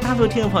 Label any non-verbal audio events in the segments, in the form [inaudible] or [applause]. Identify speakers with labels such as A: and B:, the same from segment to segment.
A: 大陆听众朋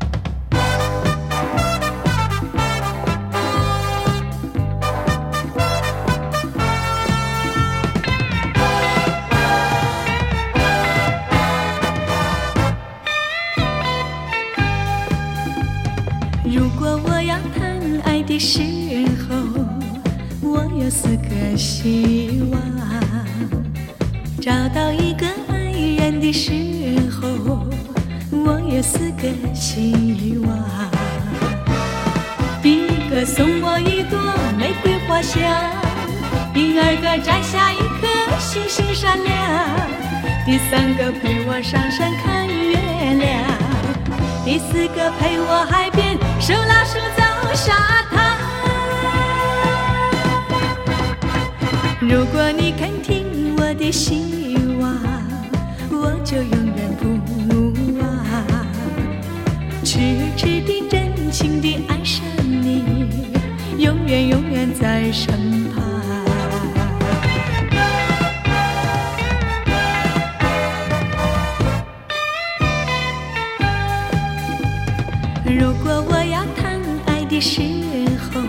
B: 如果我要谈爱的时候，我有四个希望：找到一个爱人的时候，我有四个希望。第一个送我一朵玫瑰花香，第二个摘下一颗星星闪亮，第三个陪我上山看月亮。第四个陪我海边手拉手走沙滩。如果你肯听我的希望，在身旁。如果我要谈爱的时候，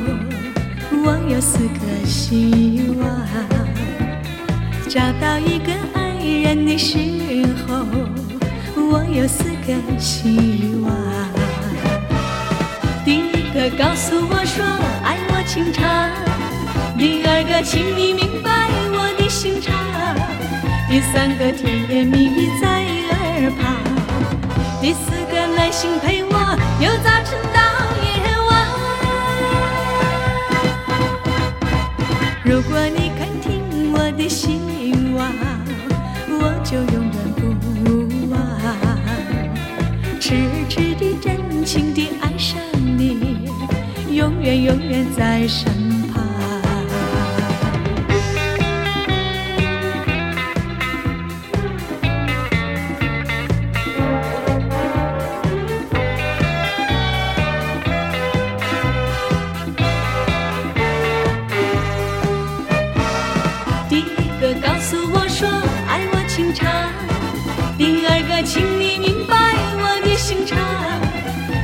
B: 我有四个希望：找到一个爱人的时候，我有四个希望。第一个告诉我说爱我情长，第二个请你明白我的心肠，第三个甜言蜜语在耳旁。第四个耐心陪我，由早晨到夜晚。如果你肯听我的希望，我就永远不忘。痴痴的、真情的爱上你，永远永远在身旁。第一个告诉我说爱我情长，第二个请你明白我的心肠，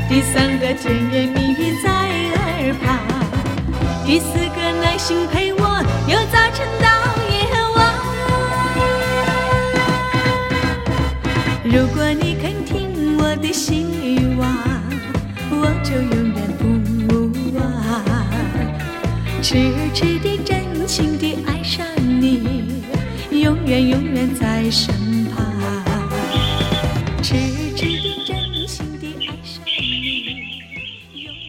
B: 第三个甜言蜜语在耳旁，第四个耐心陪我由早晨到夜晚。如果你肯听我的希望，我就永远不忘。痴痴的、真情的爱上你，永远永远在身旁。痴痴的、真情的爱上你。永远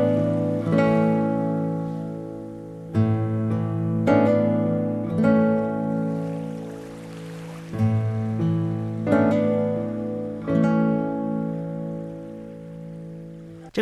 A: 这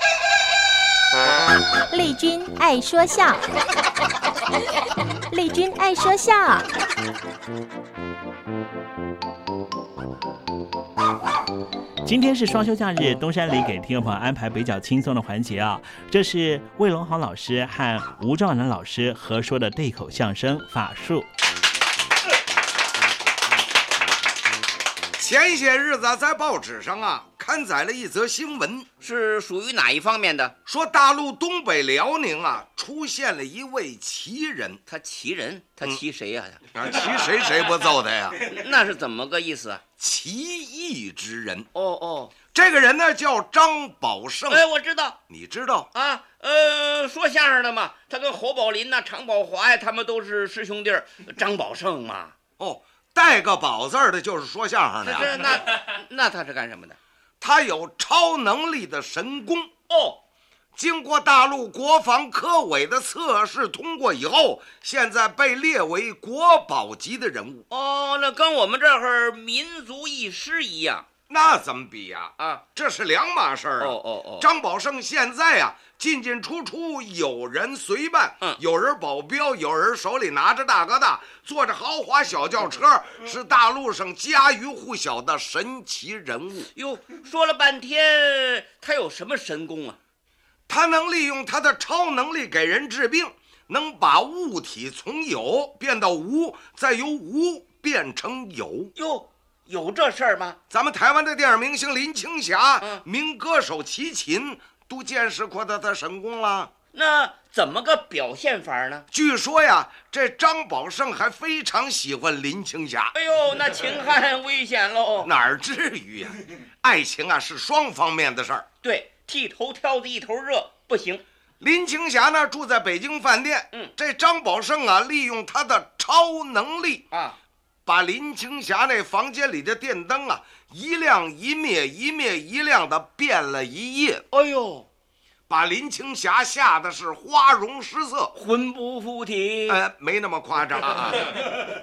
C: 丽君爱说笑，丽君爱说笑，
A: 今天是双休假日，东山里给听众朋友安排比较轻松的环节啊。这是魏龙豪老师和吴兆南老师合说的对口相声《法术》。
D: 前些日子在报纸上啊刊载了一则新闻，
E: 是属于哪一方面的？
D: 说大陆东北辽宁啊出现了一位奇人
E: 他骑人，他骑谁呀、
D: 啊，骑谁谁不揍他呀？
E: [laughs] 那是怎么个意思啊？
D: 奇异之人，
E: 哦哦，
D: 这个人呢叫张宝胜，
E: 哎，我知道
D: 你知道？
E: 啊，呃，说相声的嘛，他跟侯宝林呐、常宝华呀，他们都是师兄弟儿，张宝胜嘛。
D: 哦，带个宝字儿的，就是说相声
E: 这
D: 的
E: 这
D: 啊。
E: 那那他是干什么的？
D: 他有超能力的神功，
E: 哦，
D: 经过大陆国防科委的测试通过以后，现在被列为国宝级的人物。
E: 哦，那跟我们这儿民族一师一样
D: 那怎么比呀、
E: 啊。
D: 这是两码事儿啊！
E: 哦哦哦
D: 张宝胜现在啊，进进出出有人随伴，
E: 嗯
D: 有人保镖，有人手里拿着大哥大，坐着豪华小轿车，是大陆上家喻户晓的神奇人物。
E: 哟，说了半天，他有什么神功啊？
D: 他能利用他的超能力给人治病，能把物体从有变到无，再由无变成有。
E: 哟，有这事儿吗？嗯
D: 咱们台湾的电影明星林青霞、民歌手齐秦都见识过他的神功了。
E: 那怎么个表现法呢？
D: 据说呀，这张宝胜还非常喜欢林青霞。
E: 哎呦，那秦汉危险喽！
D: 哪儿至于呀、爱情啊是双方面的事儿。
E: 对，剃头挑子一头热，不行。
D: 林青霞呢住在北京饭店，嗯，这张宝胜啊利用他的超能力
E: 啊，
D: 把林青霞那房间里的电灯啊一亮一灭，一灭一亮的变了一夜。
E: 哎呦，
D: 把林青霞吓得是花容失色，
E: 魂不附体。
D: 呃，没那么夸张啊。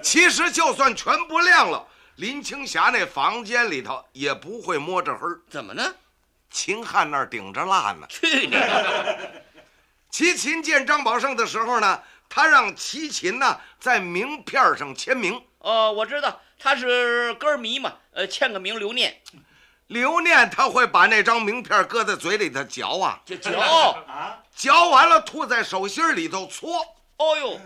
D: 其实就算全不亮了，林青霞那房间里头也不会摸着黑儿。
E: 怎么呢？
D: 秦汉那儿顶着蜡呢。
E: 去你的！
D: 齐秦见张宝胜的时候呢，他让齐秦呢在名片上签名。
E: 哦，我知道他是歌迷嘛，呃，签个名留念。
D: 留念他会把那张名片搁在嘴里头嚼啊，
E: 这嚼啊，
D: 嚼完了吐在手心里头搓。
E: 哦呦，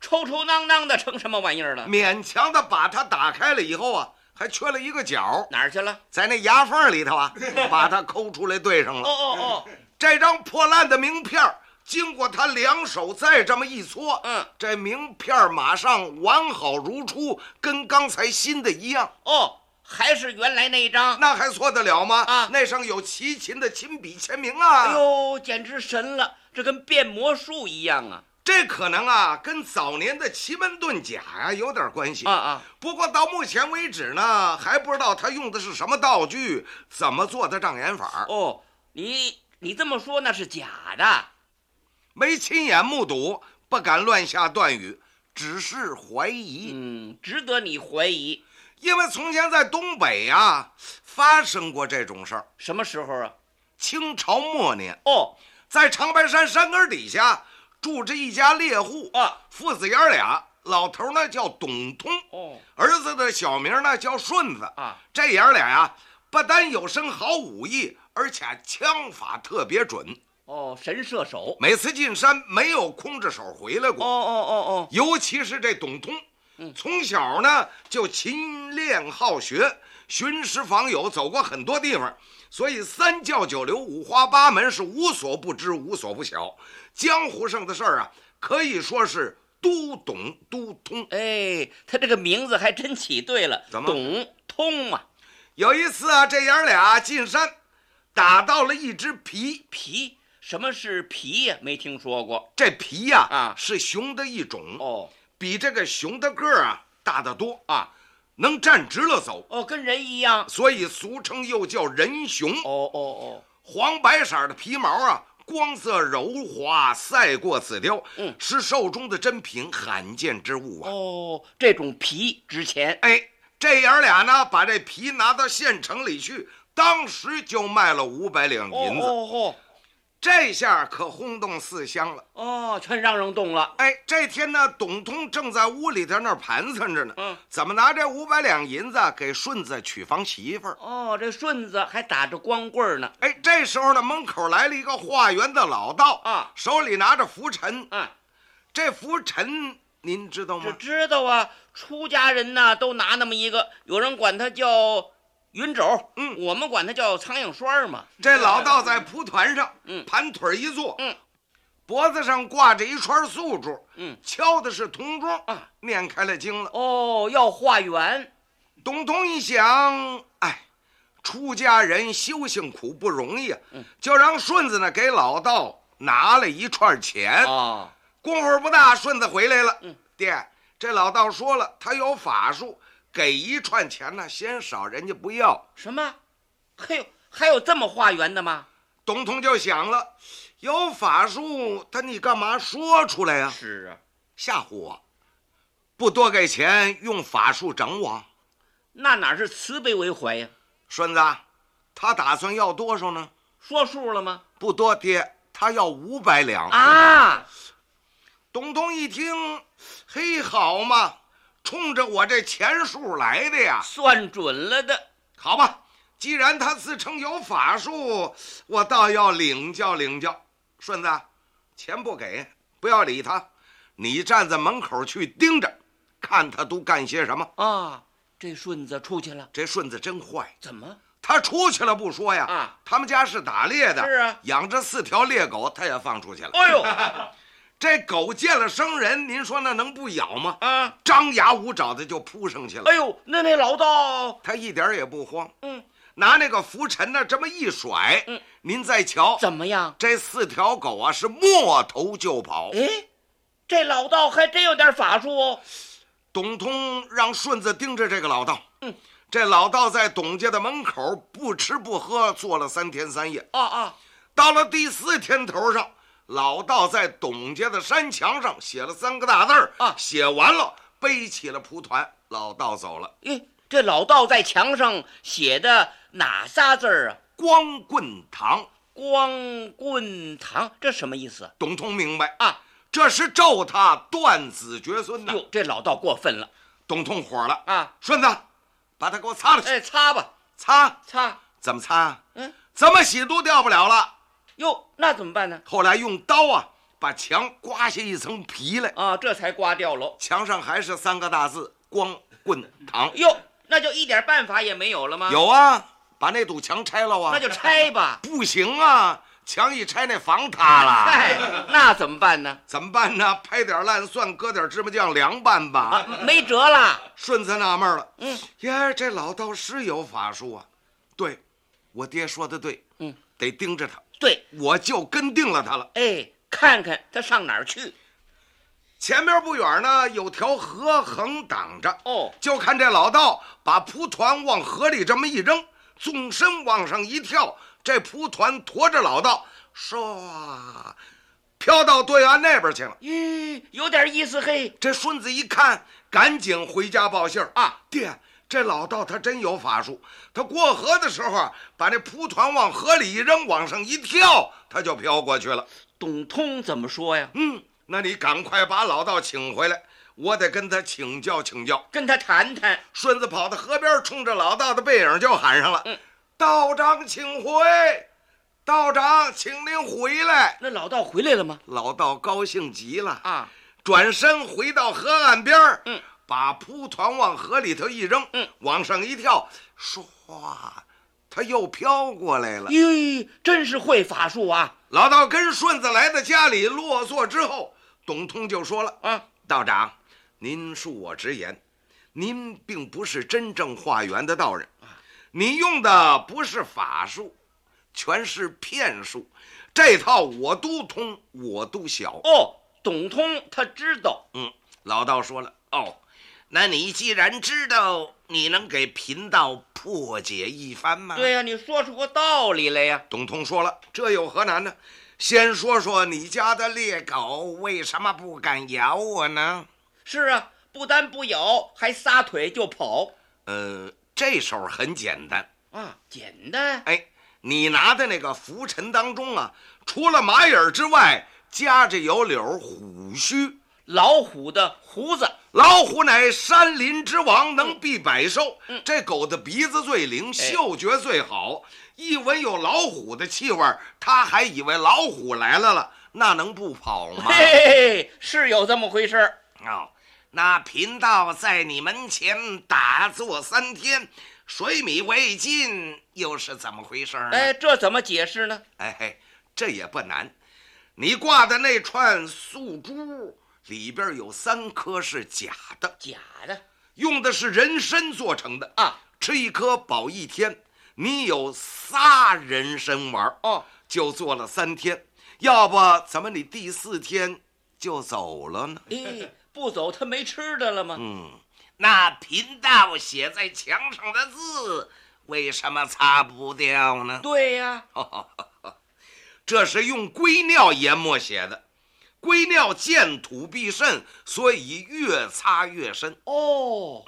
E: 抽抽囔囔的成什么玩意儿了？
D: 勉强的把它打开了以后啊，还缺了一个角，
E: 哪儿去了？
D: 在那牙缝里
E: [laughs]
D: 头啊，把它抠出来对上了。
E: 哦哦哦，
D: 这张破烂的名片儿经过他两手再这么一搓，
E: 嗯，
D: 这名片儿马上完好如初，跟刚才新的一样。
E: 哦，还是原来那一张，
D: 那还错得了吗？
E: 啊
D: 那上有齐秦的亲笔签名啊！
E: 哎呦，简直神了，这跟变魔术一样啊！
D: 这可能啊，跟早年的奇门遁甲呀、有点关系
E: 啊啊！
D: 不过到目前为止呢，还不知道他用的是什么道具，怎么做的障眼法，
E: 哦，你你这么说那是假的，
D: 没亲眼目睹，不敢乱下断语，只是怀疑。
E: 嗯，值得你怀疑。
D: 因为从前在东北啊发生过这种事儿，
E: 什么时候啊？
D: 清朝末年，
E: 哦，
D: 在长白山山根底下住着一家猎户
E: 啊，
D: 父子爷儿俩，老头呢叫董通，
E: 哦，
D: 儿子的小名呢叫顺子
E: 啊。
D: 这爷儿俩呀、不单有身好武艺，而且枪法特别准，
E: 哦，神射手。
D: 每次进山没有空着手回来
E: 哦
D: 过。
E: 哦哦哦，
D: 尤其是这董通，从小呢就勤练好学，寻师访友，走过很多地方，所以三教九流、五花八门是无所不知、无所不晓。江湖上的事儿啊，可以说是都懂都通。
E: 哎，他这个名字还真起对了，
D: 怎么
E: 懂通啊？
D: 有一次啊，这爷儿俩进山，打到了一只皮。
E: 皮？什么是皮呀、没听说过。
D: 这皮呀、
E: 啊
D: 是熊的一种，
E: 哦
D: 比这个熊的个儿啊大得多，
E: 啊，
D: 能站直了走，
E: 哦，跟人一样。
D: 所以俗称又叫人熊。
E: 哦哦哦，
D: 黄白色的皮毛啊，光色柔滑，赛过紫貂，
E: 嗯
D: 是兽中的珍品，罕见之物啊。
E: 哦，这种皮值钱。
D: 哎，这爷儿俩呢，把这皮拿到县城里去，当时就卖了五百两
E: 哦
D: 银子，
E: 哦
D: 这下可轰动四乡了。
E: 哦哦，全让人动了。
D: 哎，这天呢，董通正在屋里头那儿盘算着呢，
E: 嗯，
D: 怎么拿这五百两银子给顺子娶房媳妇儿？
E: 哦，这顺子还打着光棍儿呢。
D: 哎，这时候呢，门口来了一个化缘的老道
E: 啊
D: 手里拿着拂尘，
E: 啊，
D: 这拂尘您知道
E: 只
D: 吗？
E: 知道啊，出家人呐、都拿那么一个，有人管它叫云肘，
D: 嗯
E: 我们管它叫苍蝇栓儿嘛。
D: 这老道在蒲团上，
E: 嗯
D: 盘腿一坐，
E: 嗯，
D: 脖子上挂着一串素珠，
E: 嗯，
D: 敲的是铜钟
E: 啊，
D: 念开了经了。
E: 哦，要化缘，
D: 董通一想，哎，出家人修行苦不容易啊，
E: 嗯
D: 就让顺子呢给老道拿了一串钱。
E: 哦，
D: 功夫不大，顺子回来了，
E: 嗯
D: 爹，这老道说了，他有法术，给一串钱呢，嫌少，人家不要。
E: 什么？嘿呦，还有这么化缘的吗？
D: 董通就想了，有法术，他你干嘛说出来呀、
E: 是啊，
D: 吓唬我，不多给钱，用法术整我。
E: 那哪是慈悲为怀呀、
D: 顺子，他打算要多少呢？
E: 说数了吗？
D: 不多，爹，他要五百两。
E: 啊，
D: 董通一听，嘿，好嘛，冲着我这钱数来的呀。
E: 算准了的。
D: 好吧，既然他自称有法术，我倒要领教领教。顺子，钱不给，不要理他，你站在门口去盯着，看他都干些什么
E: 啊？这顺子出去了，
D: 这顺子真坏，
E: 怎么？
D: 他出去了不说呀，啊，他们家是打猎的，
E: 是啊，
D: 养着四条猎狗，他也放出去了。
E: 哎呦，
D: [laughs] 这狗见了生人，您说那能不咬吗？
E: 啊，
D: 张牙舞爪的就扑上去了。
E: 哎呦，那那老道
D: 他一点也不慌，
E: 嗯，
D: 拿那个拂尘呢这么一甩，
E: 嗯，
D: 您再瞧
E: 怎么样？
D: 这四条狗啊是没头就跑。
E: 哎，这老道还真有点法术哦。
D: 董通让顺子盯着这个老道，
E: 嗯。
D: 这老道在董家的门口不吃不喝坐了三天三夜。
E: 啊啊！
D: 到了第四天头上，老道在董家的山墙上写了三个大字儿
E: 啊，
D: 写完了背起了蒲团，老道走了。
E: 咦，这老道在墙上写的哪仨字儿啊？
D: 光棍堂，
E: 光棍堂，这什么意思？
D: 董通明白
E: 啊，
D: 这是咒他断子绝孙呐。
E: 哟，这老道过分了
D: 董通火了，
E: 啊！
D: 顺子，把他给我擦了去，
E: 哎，擦吧，
D: 擦
E: 擦。
D: 怎么擦啊？
E: 嗯，
D: 怎么洗都掉不了了。
E: 哟，那怎么
D: [laughs]
E: 办呢？
D: 后来用刀啊，把墙刮下一层皮来。
E: 啊，这才刮掉喽。
D: 墙上还是三个大字“光棍堂
E: 哟，那就一点办法也没有了”。吗？，
D: 有啊，把那堵墙拆了啊。
E: 那就拆吧。
D: 不行啊，墙一拆那房塌了，
E: 哎，
D: [laughs]
E: 那怎么办呢？
D: 怎么办呢？拍点烂蒜，搁点芝麻酱凉拌吧。
E: 啊，没辙了。
D: 顺子纳闷了，
E: 嗯，
D: 呀，这老道是有法术啊。对，我爹说的对，
E: 嗯，
D: 得盯着他。
E: 对，
D: 我就跟定了他了。
E: 哎，看看他上哪儿去。
D: 前边不远呢，有条河横挡着。
E: 哦
D: 就看这老道把蒲团往河里这么一扔，纵身往上一跳，这蒲团驮着老道，唰，飘到对岸那边去了。
E: 咦，有点意思嘿。
D: 这顺子一看，赶紧回家报信儿
E: 啊，
D: 爹，这老道他真有法术，他过河的时候啊，把这蒲团往河里一扔，往上一跳，他就飘过去了。
E: 董通怎么说呀？
D: 嗯，那你赶快把老道请回来，我得跟他请教请教。
E: 跟他谈谈。
D: 顺子跑到河边，冲着老道的背影就喊上了：“
E: 嗯
D: 道长，请回！道长，请您回来
E: 那老道回来了吗？！”
D: 老道高兴极了，
E: 啊，
D: 转身回到河岸边儿
E: 嗯，
D: 把蒲团往河里头一扔，
E: 嗯
D: 往上一跳，唰，他又飘过来了。
E: 咦，真是会法术啊！
D: 老道跟顺子来到家里落座之后，董通就说了：“
E: 啊，
D: 道长，您恕我直言，您并不是真正化缘的道人，
E: 啊
D: 你用的不是法术，全是骗术。这套我都通，我都晓。
E: 哦，董通他知道，
D: 嗯，老道说了，哦，那你既然知道，你能给贫道破解一番吗？
E: 对呀、你说出个道理来呀、
D: 董通说了：“这有何难呢？先说说你家的猎狗为什么不敢咬我呢？
E: 是啊，不单不咬，还撒腿就跑
D: 呃，这手很简单。
E: 啊，简单。
D: 哎，你拿的那个拂尘当中啊，除了马眼儿之外，夹着有柳虎须。
E: 老虎的胡子，
D: 老虎乃山林之王，能避百兽。
E: 嗯
D: 这狗的鼻子最灵，
E: 哎
D: 嗅觉最好，一闻有老虎的气味儿，它还以为老虎来了了，那能不跑吗？”
E: 嘿嘿嘿，是有这么回事儿。
D: 哦，那贫道在你门前打坐三天，水米未进，又是怎么回事儿呢？
E: 哎，这怎么解释呢？
D: 哎嘿，这也不难。你挂的那串素珠里边有三颗是假的，
E: 假的
D: 用的是人参做成的，
E: 啊，
D: 吃一颗保一天。你有仨人参丸儿
E: 哦，
D: 就做了三天，要不怎么你第四天就走了呢？
E: 哎，不走他没吃的了吗？
D: 嗯，那贫道写在墙上的字为什么擦不掉呢？
E: 对呀、
D: 这是用龟尿研墨写的，龟尿见土必渗，所以越擦越深。
E: 哦，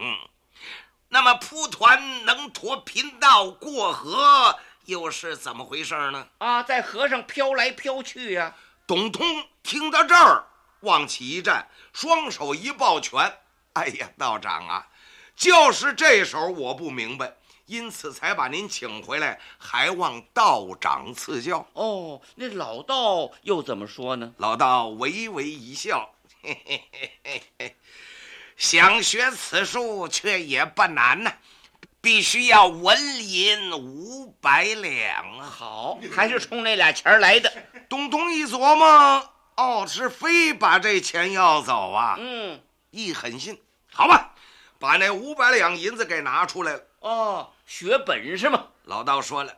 D: 那么蒲团能驮贫道过河，又是怎么回事呢？
E: 啊，在河上飘来飘去呀、
D: 董通听到这儿，往起一站，双手一抱拳：“哎呀，道长啊，就是这手我不明白，因此才把您请回来，还望道长赐教。
E: 哦，那老道又怎么说呢”？
D: 老道微微一笑：“嘿嘿嘿嘿嘿想学此术却也不难呐、必须要文银五百两。好，还是冲那俩钱来 [laughs] 的。东东一琢磨，奥是非把这钱要走啊。嗯，一狠心，好吧，把那五百两银子给拿出来了。哦，学本事嘛。老道说了，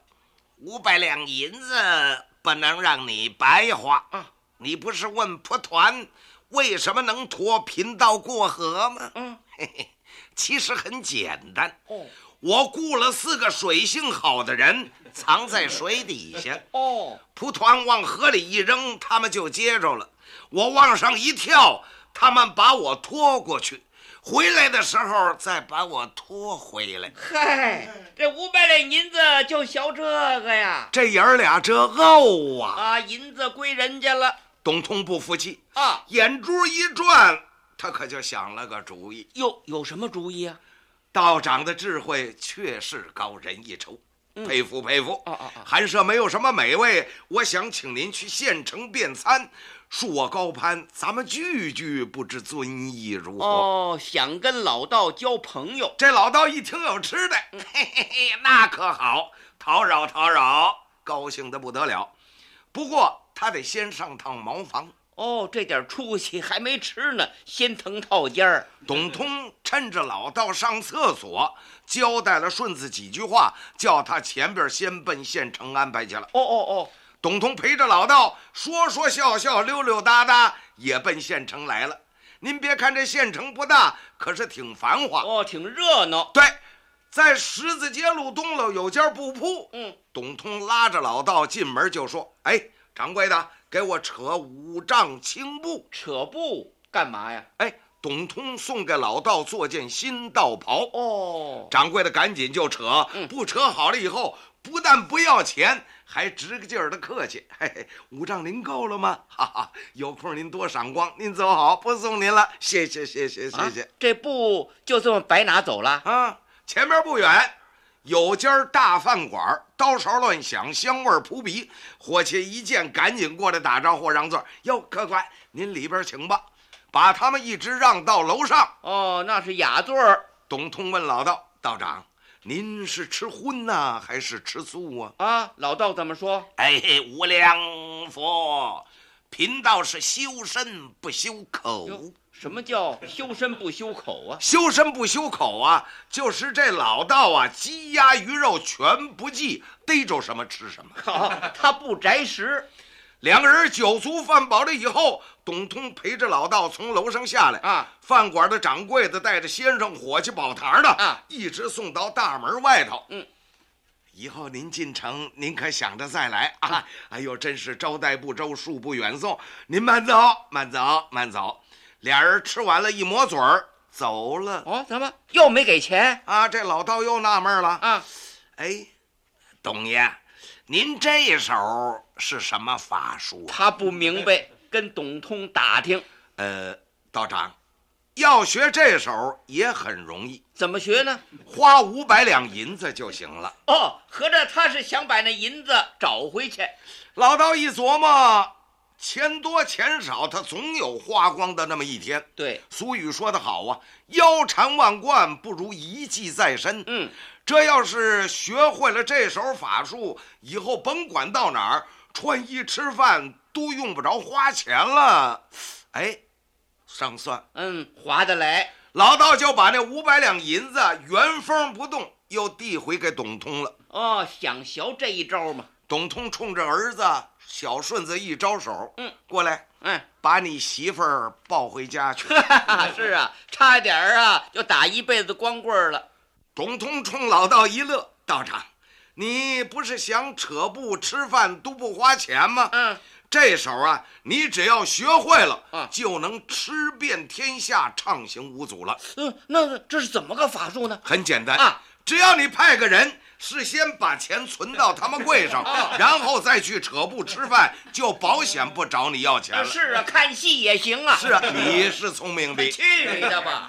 D: 五百两银子不能让你白花啊！你不是问蒲团为什么能拖贫道过河吗？嗯，嘿嘿，其实很简单。哦，我雇了四个水性好的人，藏在水底下。哦，蒲团往河里一扔，他们就接着了。我往上一跳，他们把我拖过去。回来的时候再把我拖回来。
E: 嗨，这五百两银子就学这个呀？
D: 这爷儿俩这傲啊！
E: 啊，银子归人家了。
D: 董通不服气
E: 啊，
D: 眼珠一转，他可就想了个主意。哟，有什么主意啊？道长的智慧确是高人一筹，佩服佩服。
E: 啊啊啊！
D: 寒舍没有什么美味，我想请您去县城便餐。恕我高攀，咱们聚聚，不知尊意如何？
E: 哦，想跟老道交朋友。
D: 这老道一听有吃的，
E: 嗯
D: 嘿嘿嘿，那可好，讨扰讨扰，高兴的不得了。不过他得先上趟茅房。
E: 哦，这点出息还没吃呢，先腾套间儿。
D: 董通趁着老道上厕所，交代了顺子几句话，叫他前边先奔县城安排去了。哦哦哦，董通陪着老道说说笑笑，溜溜达达也奔县城来了。您别看这县城不大，可是挺繁华
E: 哦，挺热闹。
D: 对，在十字街路东喽有家布铺，嗯，董通拉着老道进门就说：“哎，掌柜的，给我扯五丈青布。”
E: 扯布干嘛呀？
D: 哎，董通送给老道做件新道袍。
E: 哦，
D: 掌柜的赶紧就扯，不扯好了以后，不但不要钱，还直个劲儿的客气。 [laughs] 嘿嘿，五丈您够了吗？ [laughs] 哈哈，有空您多赏光。您走好，不送您了，谢谢谢谢谢谢。
E: 这布就这么白拿走了？
D: 啊，前面不远有家大饭馆，刀勺乱响，香味儿扑鼻。伙计一见，赶紧过来打招呼让座。哟，客官，您里边请吧。把他们一直让到楼上。
E: 哦，那是雅座儿
D: 董通问老道：“道长，您是吃荤呐、还是吃素啊
E: 啊。老道怎么说？？”
D: 哎，无量佛，贫道是修身不修口。
E: 什么叫修身不修口啊？
D: 修身不修口啊，就是这老道啊，鸡鸭鱼肉全不忌，逮着什么吃什么。
E: 好，他不宅食。
D: 两个人酒足饭饱了以后，董通陪着老道从楼上下来啊，饭馆的掌柜的带着先生、伙计、保堂的啊，一直送到大门外头。嗯，以后您进城，您可想着再来啊！ [laughs] 哎呦，真是招待不周，恕不远送。您慢走，慢走，慢走。俩人吃完了，一抹嘴儿走了。
E: 哦，怎么又没给钱？
D: 啊，这老道又纳闷了
E: 啊！
D: 哎，董爷，您这手是什么法术啊？
E: 他不明白，跟董通打听
D: 呃，道长，要学这手也很容易，
E: 怎么学呢？
D: 花五百两银子就行了。
E: 哦，合着他是想把那银子找回去。
D: 老道一琢磨，钱多钱少，他总有花光的那么一天。
E: 对，
D: 俗语说得好啊，腰缠万贯不如一技在身。
E: 嗯，
D: 这要是学会了这手法术，以后甭管到哪儿，穿衣吃饭都用不着花钱了。哎，上算。
E: 嗯，划得来。
D: 老道就把那五百两银子原封不动又递回给董通了。
E: 哦，想学这一招嘛？
D: 董通冲着儿子小顺子一招手，
E: 嗯，
D: 过来，
E: 哎，
D: 把你媳妇儿抱回家去。
E: 是啊，差点儿啊就打一辈子光棍儿了。
D: 董通冲老道一乐，道长，你不是想扯布吃饭都不花钱吗？
E: 嗯，
D: 这手啊，你只要学会了，
E: 嗯
D: 就能吃遍天下，畅行无阻了。
E: 嗯，那这是怎么个法术呢？
D: 很简单
E: 啊，
D: 只要你派个人事先把钱存到他们柜上，
E: 啊
D: 然后再去扯布吃饭，就保险不找你要钱了。
E: 是啊，看戏也行啊。
D: 是啊，你是聪明的。
E: 去你的吧！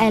C: I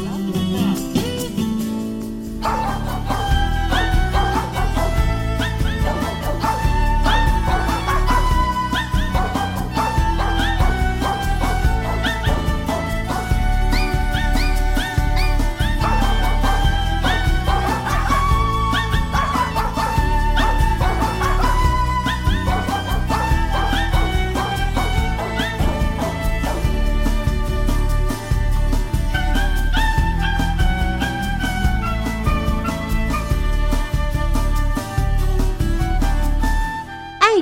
F: [laughs] 爱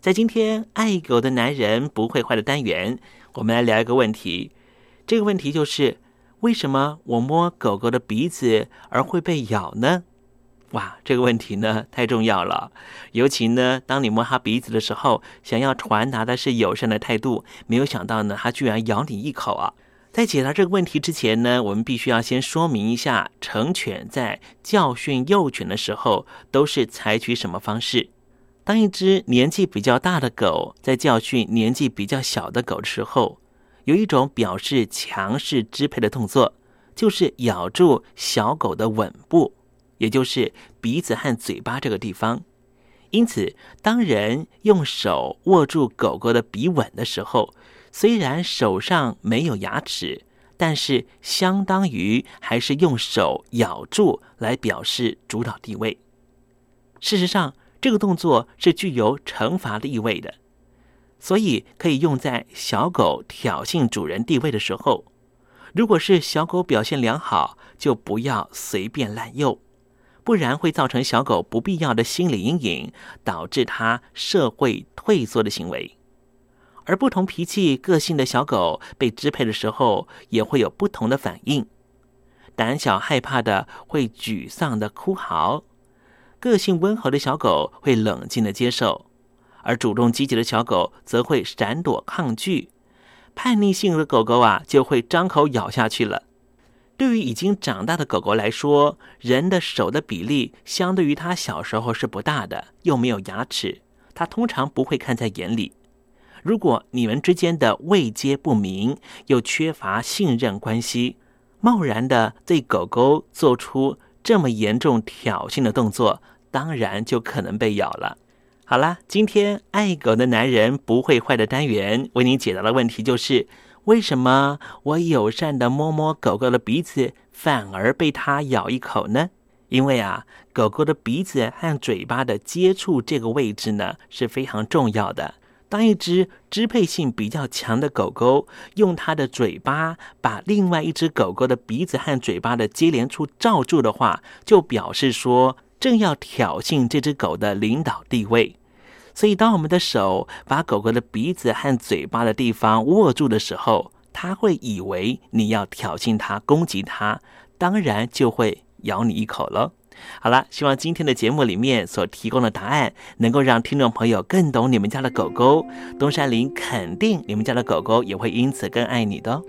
A: 在今天“爱狗的男人不会坏”的单元，我们来聊一个问题。这个问题就是为什么我摸狗狗的鼻子而会被咬呢？哇，这个问题呢太重要了，尤其呢，当你摸它鼻子的时候，想要传达的是友善的态度，没有想到呢，它居然咬你一口啊！在解答这个问题之前呢，我们必须要先说明一下，成犬在教训幼犬的时候都是采取什么方式。当一只年纪比较大的狗在教训年纪比较小的狗的时候，有一种表示强势支配的动作，就是咬住小狗的吻部。也就是鼻子和嘴巴这个地方。因此，当人用手握住狗狗的鼻吻的时候，虽然手上没有牙齿，但是相当于还是用手咬住来表示主导地位。事实上，这个动作是具有惩罚的意味的，所以可以用在小狗挑衅主人地位的时候。如果是小狗表现良好，就不要随便滥用。不然会造成小狗不必要的心理阴影，导致它社会退缩的行为。而不同脾气、个性的小狗被支配的时候，也会有不同的反应。胆小害怕的会沮丧的哭嚎，个性温和的小狗会冷静的接受，而主动积极的小狗则会闪躲抗拒。叛逆性的狗狗啊，就会张口咬下去了。对于已经长大的狗狗来说，人的手的比例相对于它小时候是不大的，又没有牙齿，它通常不会看在眼里。如果你们之间的位阶不明，又缺乏信任关系，贸然的对狗狗做出这么严重挑衅的动作，当然就可能被咬了。好啦，今天爱狗的男人不会坏的单元为您解答的问题就是：为什么我友善的摸摸狗狗的鼻子，反而被它咬一口呢？因为啊，狗狗的鼻子和嘴巴的接触这个位置呢是非常重要的。当一只支配性比较强的狗狗用它的嘴巴把另外一只狗狗的鼻子和嘴巴的接连处罩住的话，就表示说正要挑衅这只狗的领导地位。所以，当我们的手把狗狗的鼻子和嘴巴的地方握住的时候，它会以为你要挑衅它、攻击它，当然就会咬你一口了。好了，希望今天的节目里面所提供的答案能够让听众朋友更懂你们家的狗狗。东山林肯定你们家的狗狗也会因此更爱你的哦。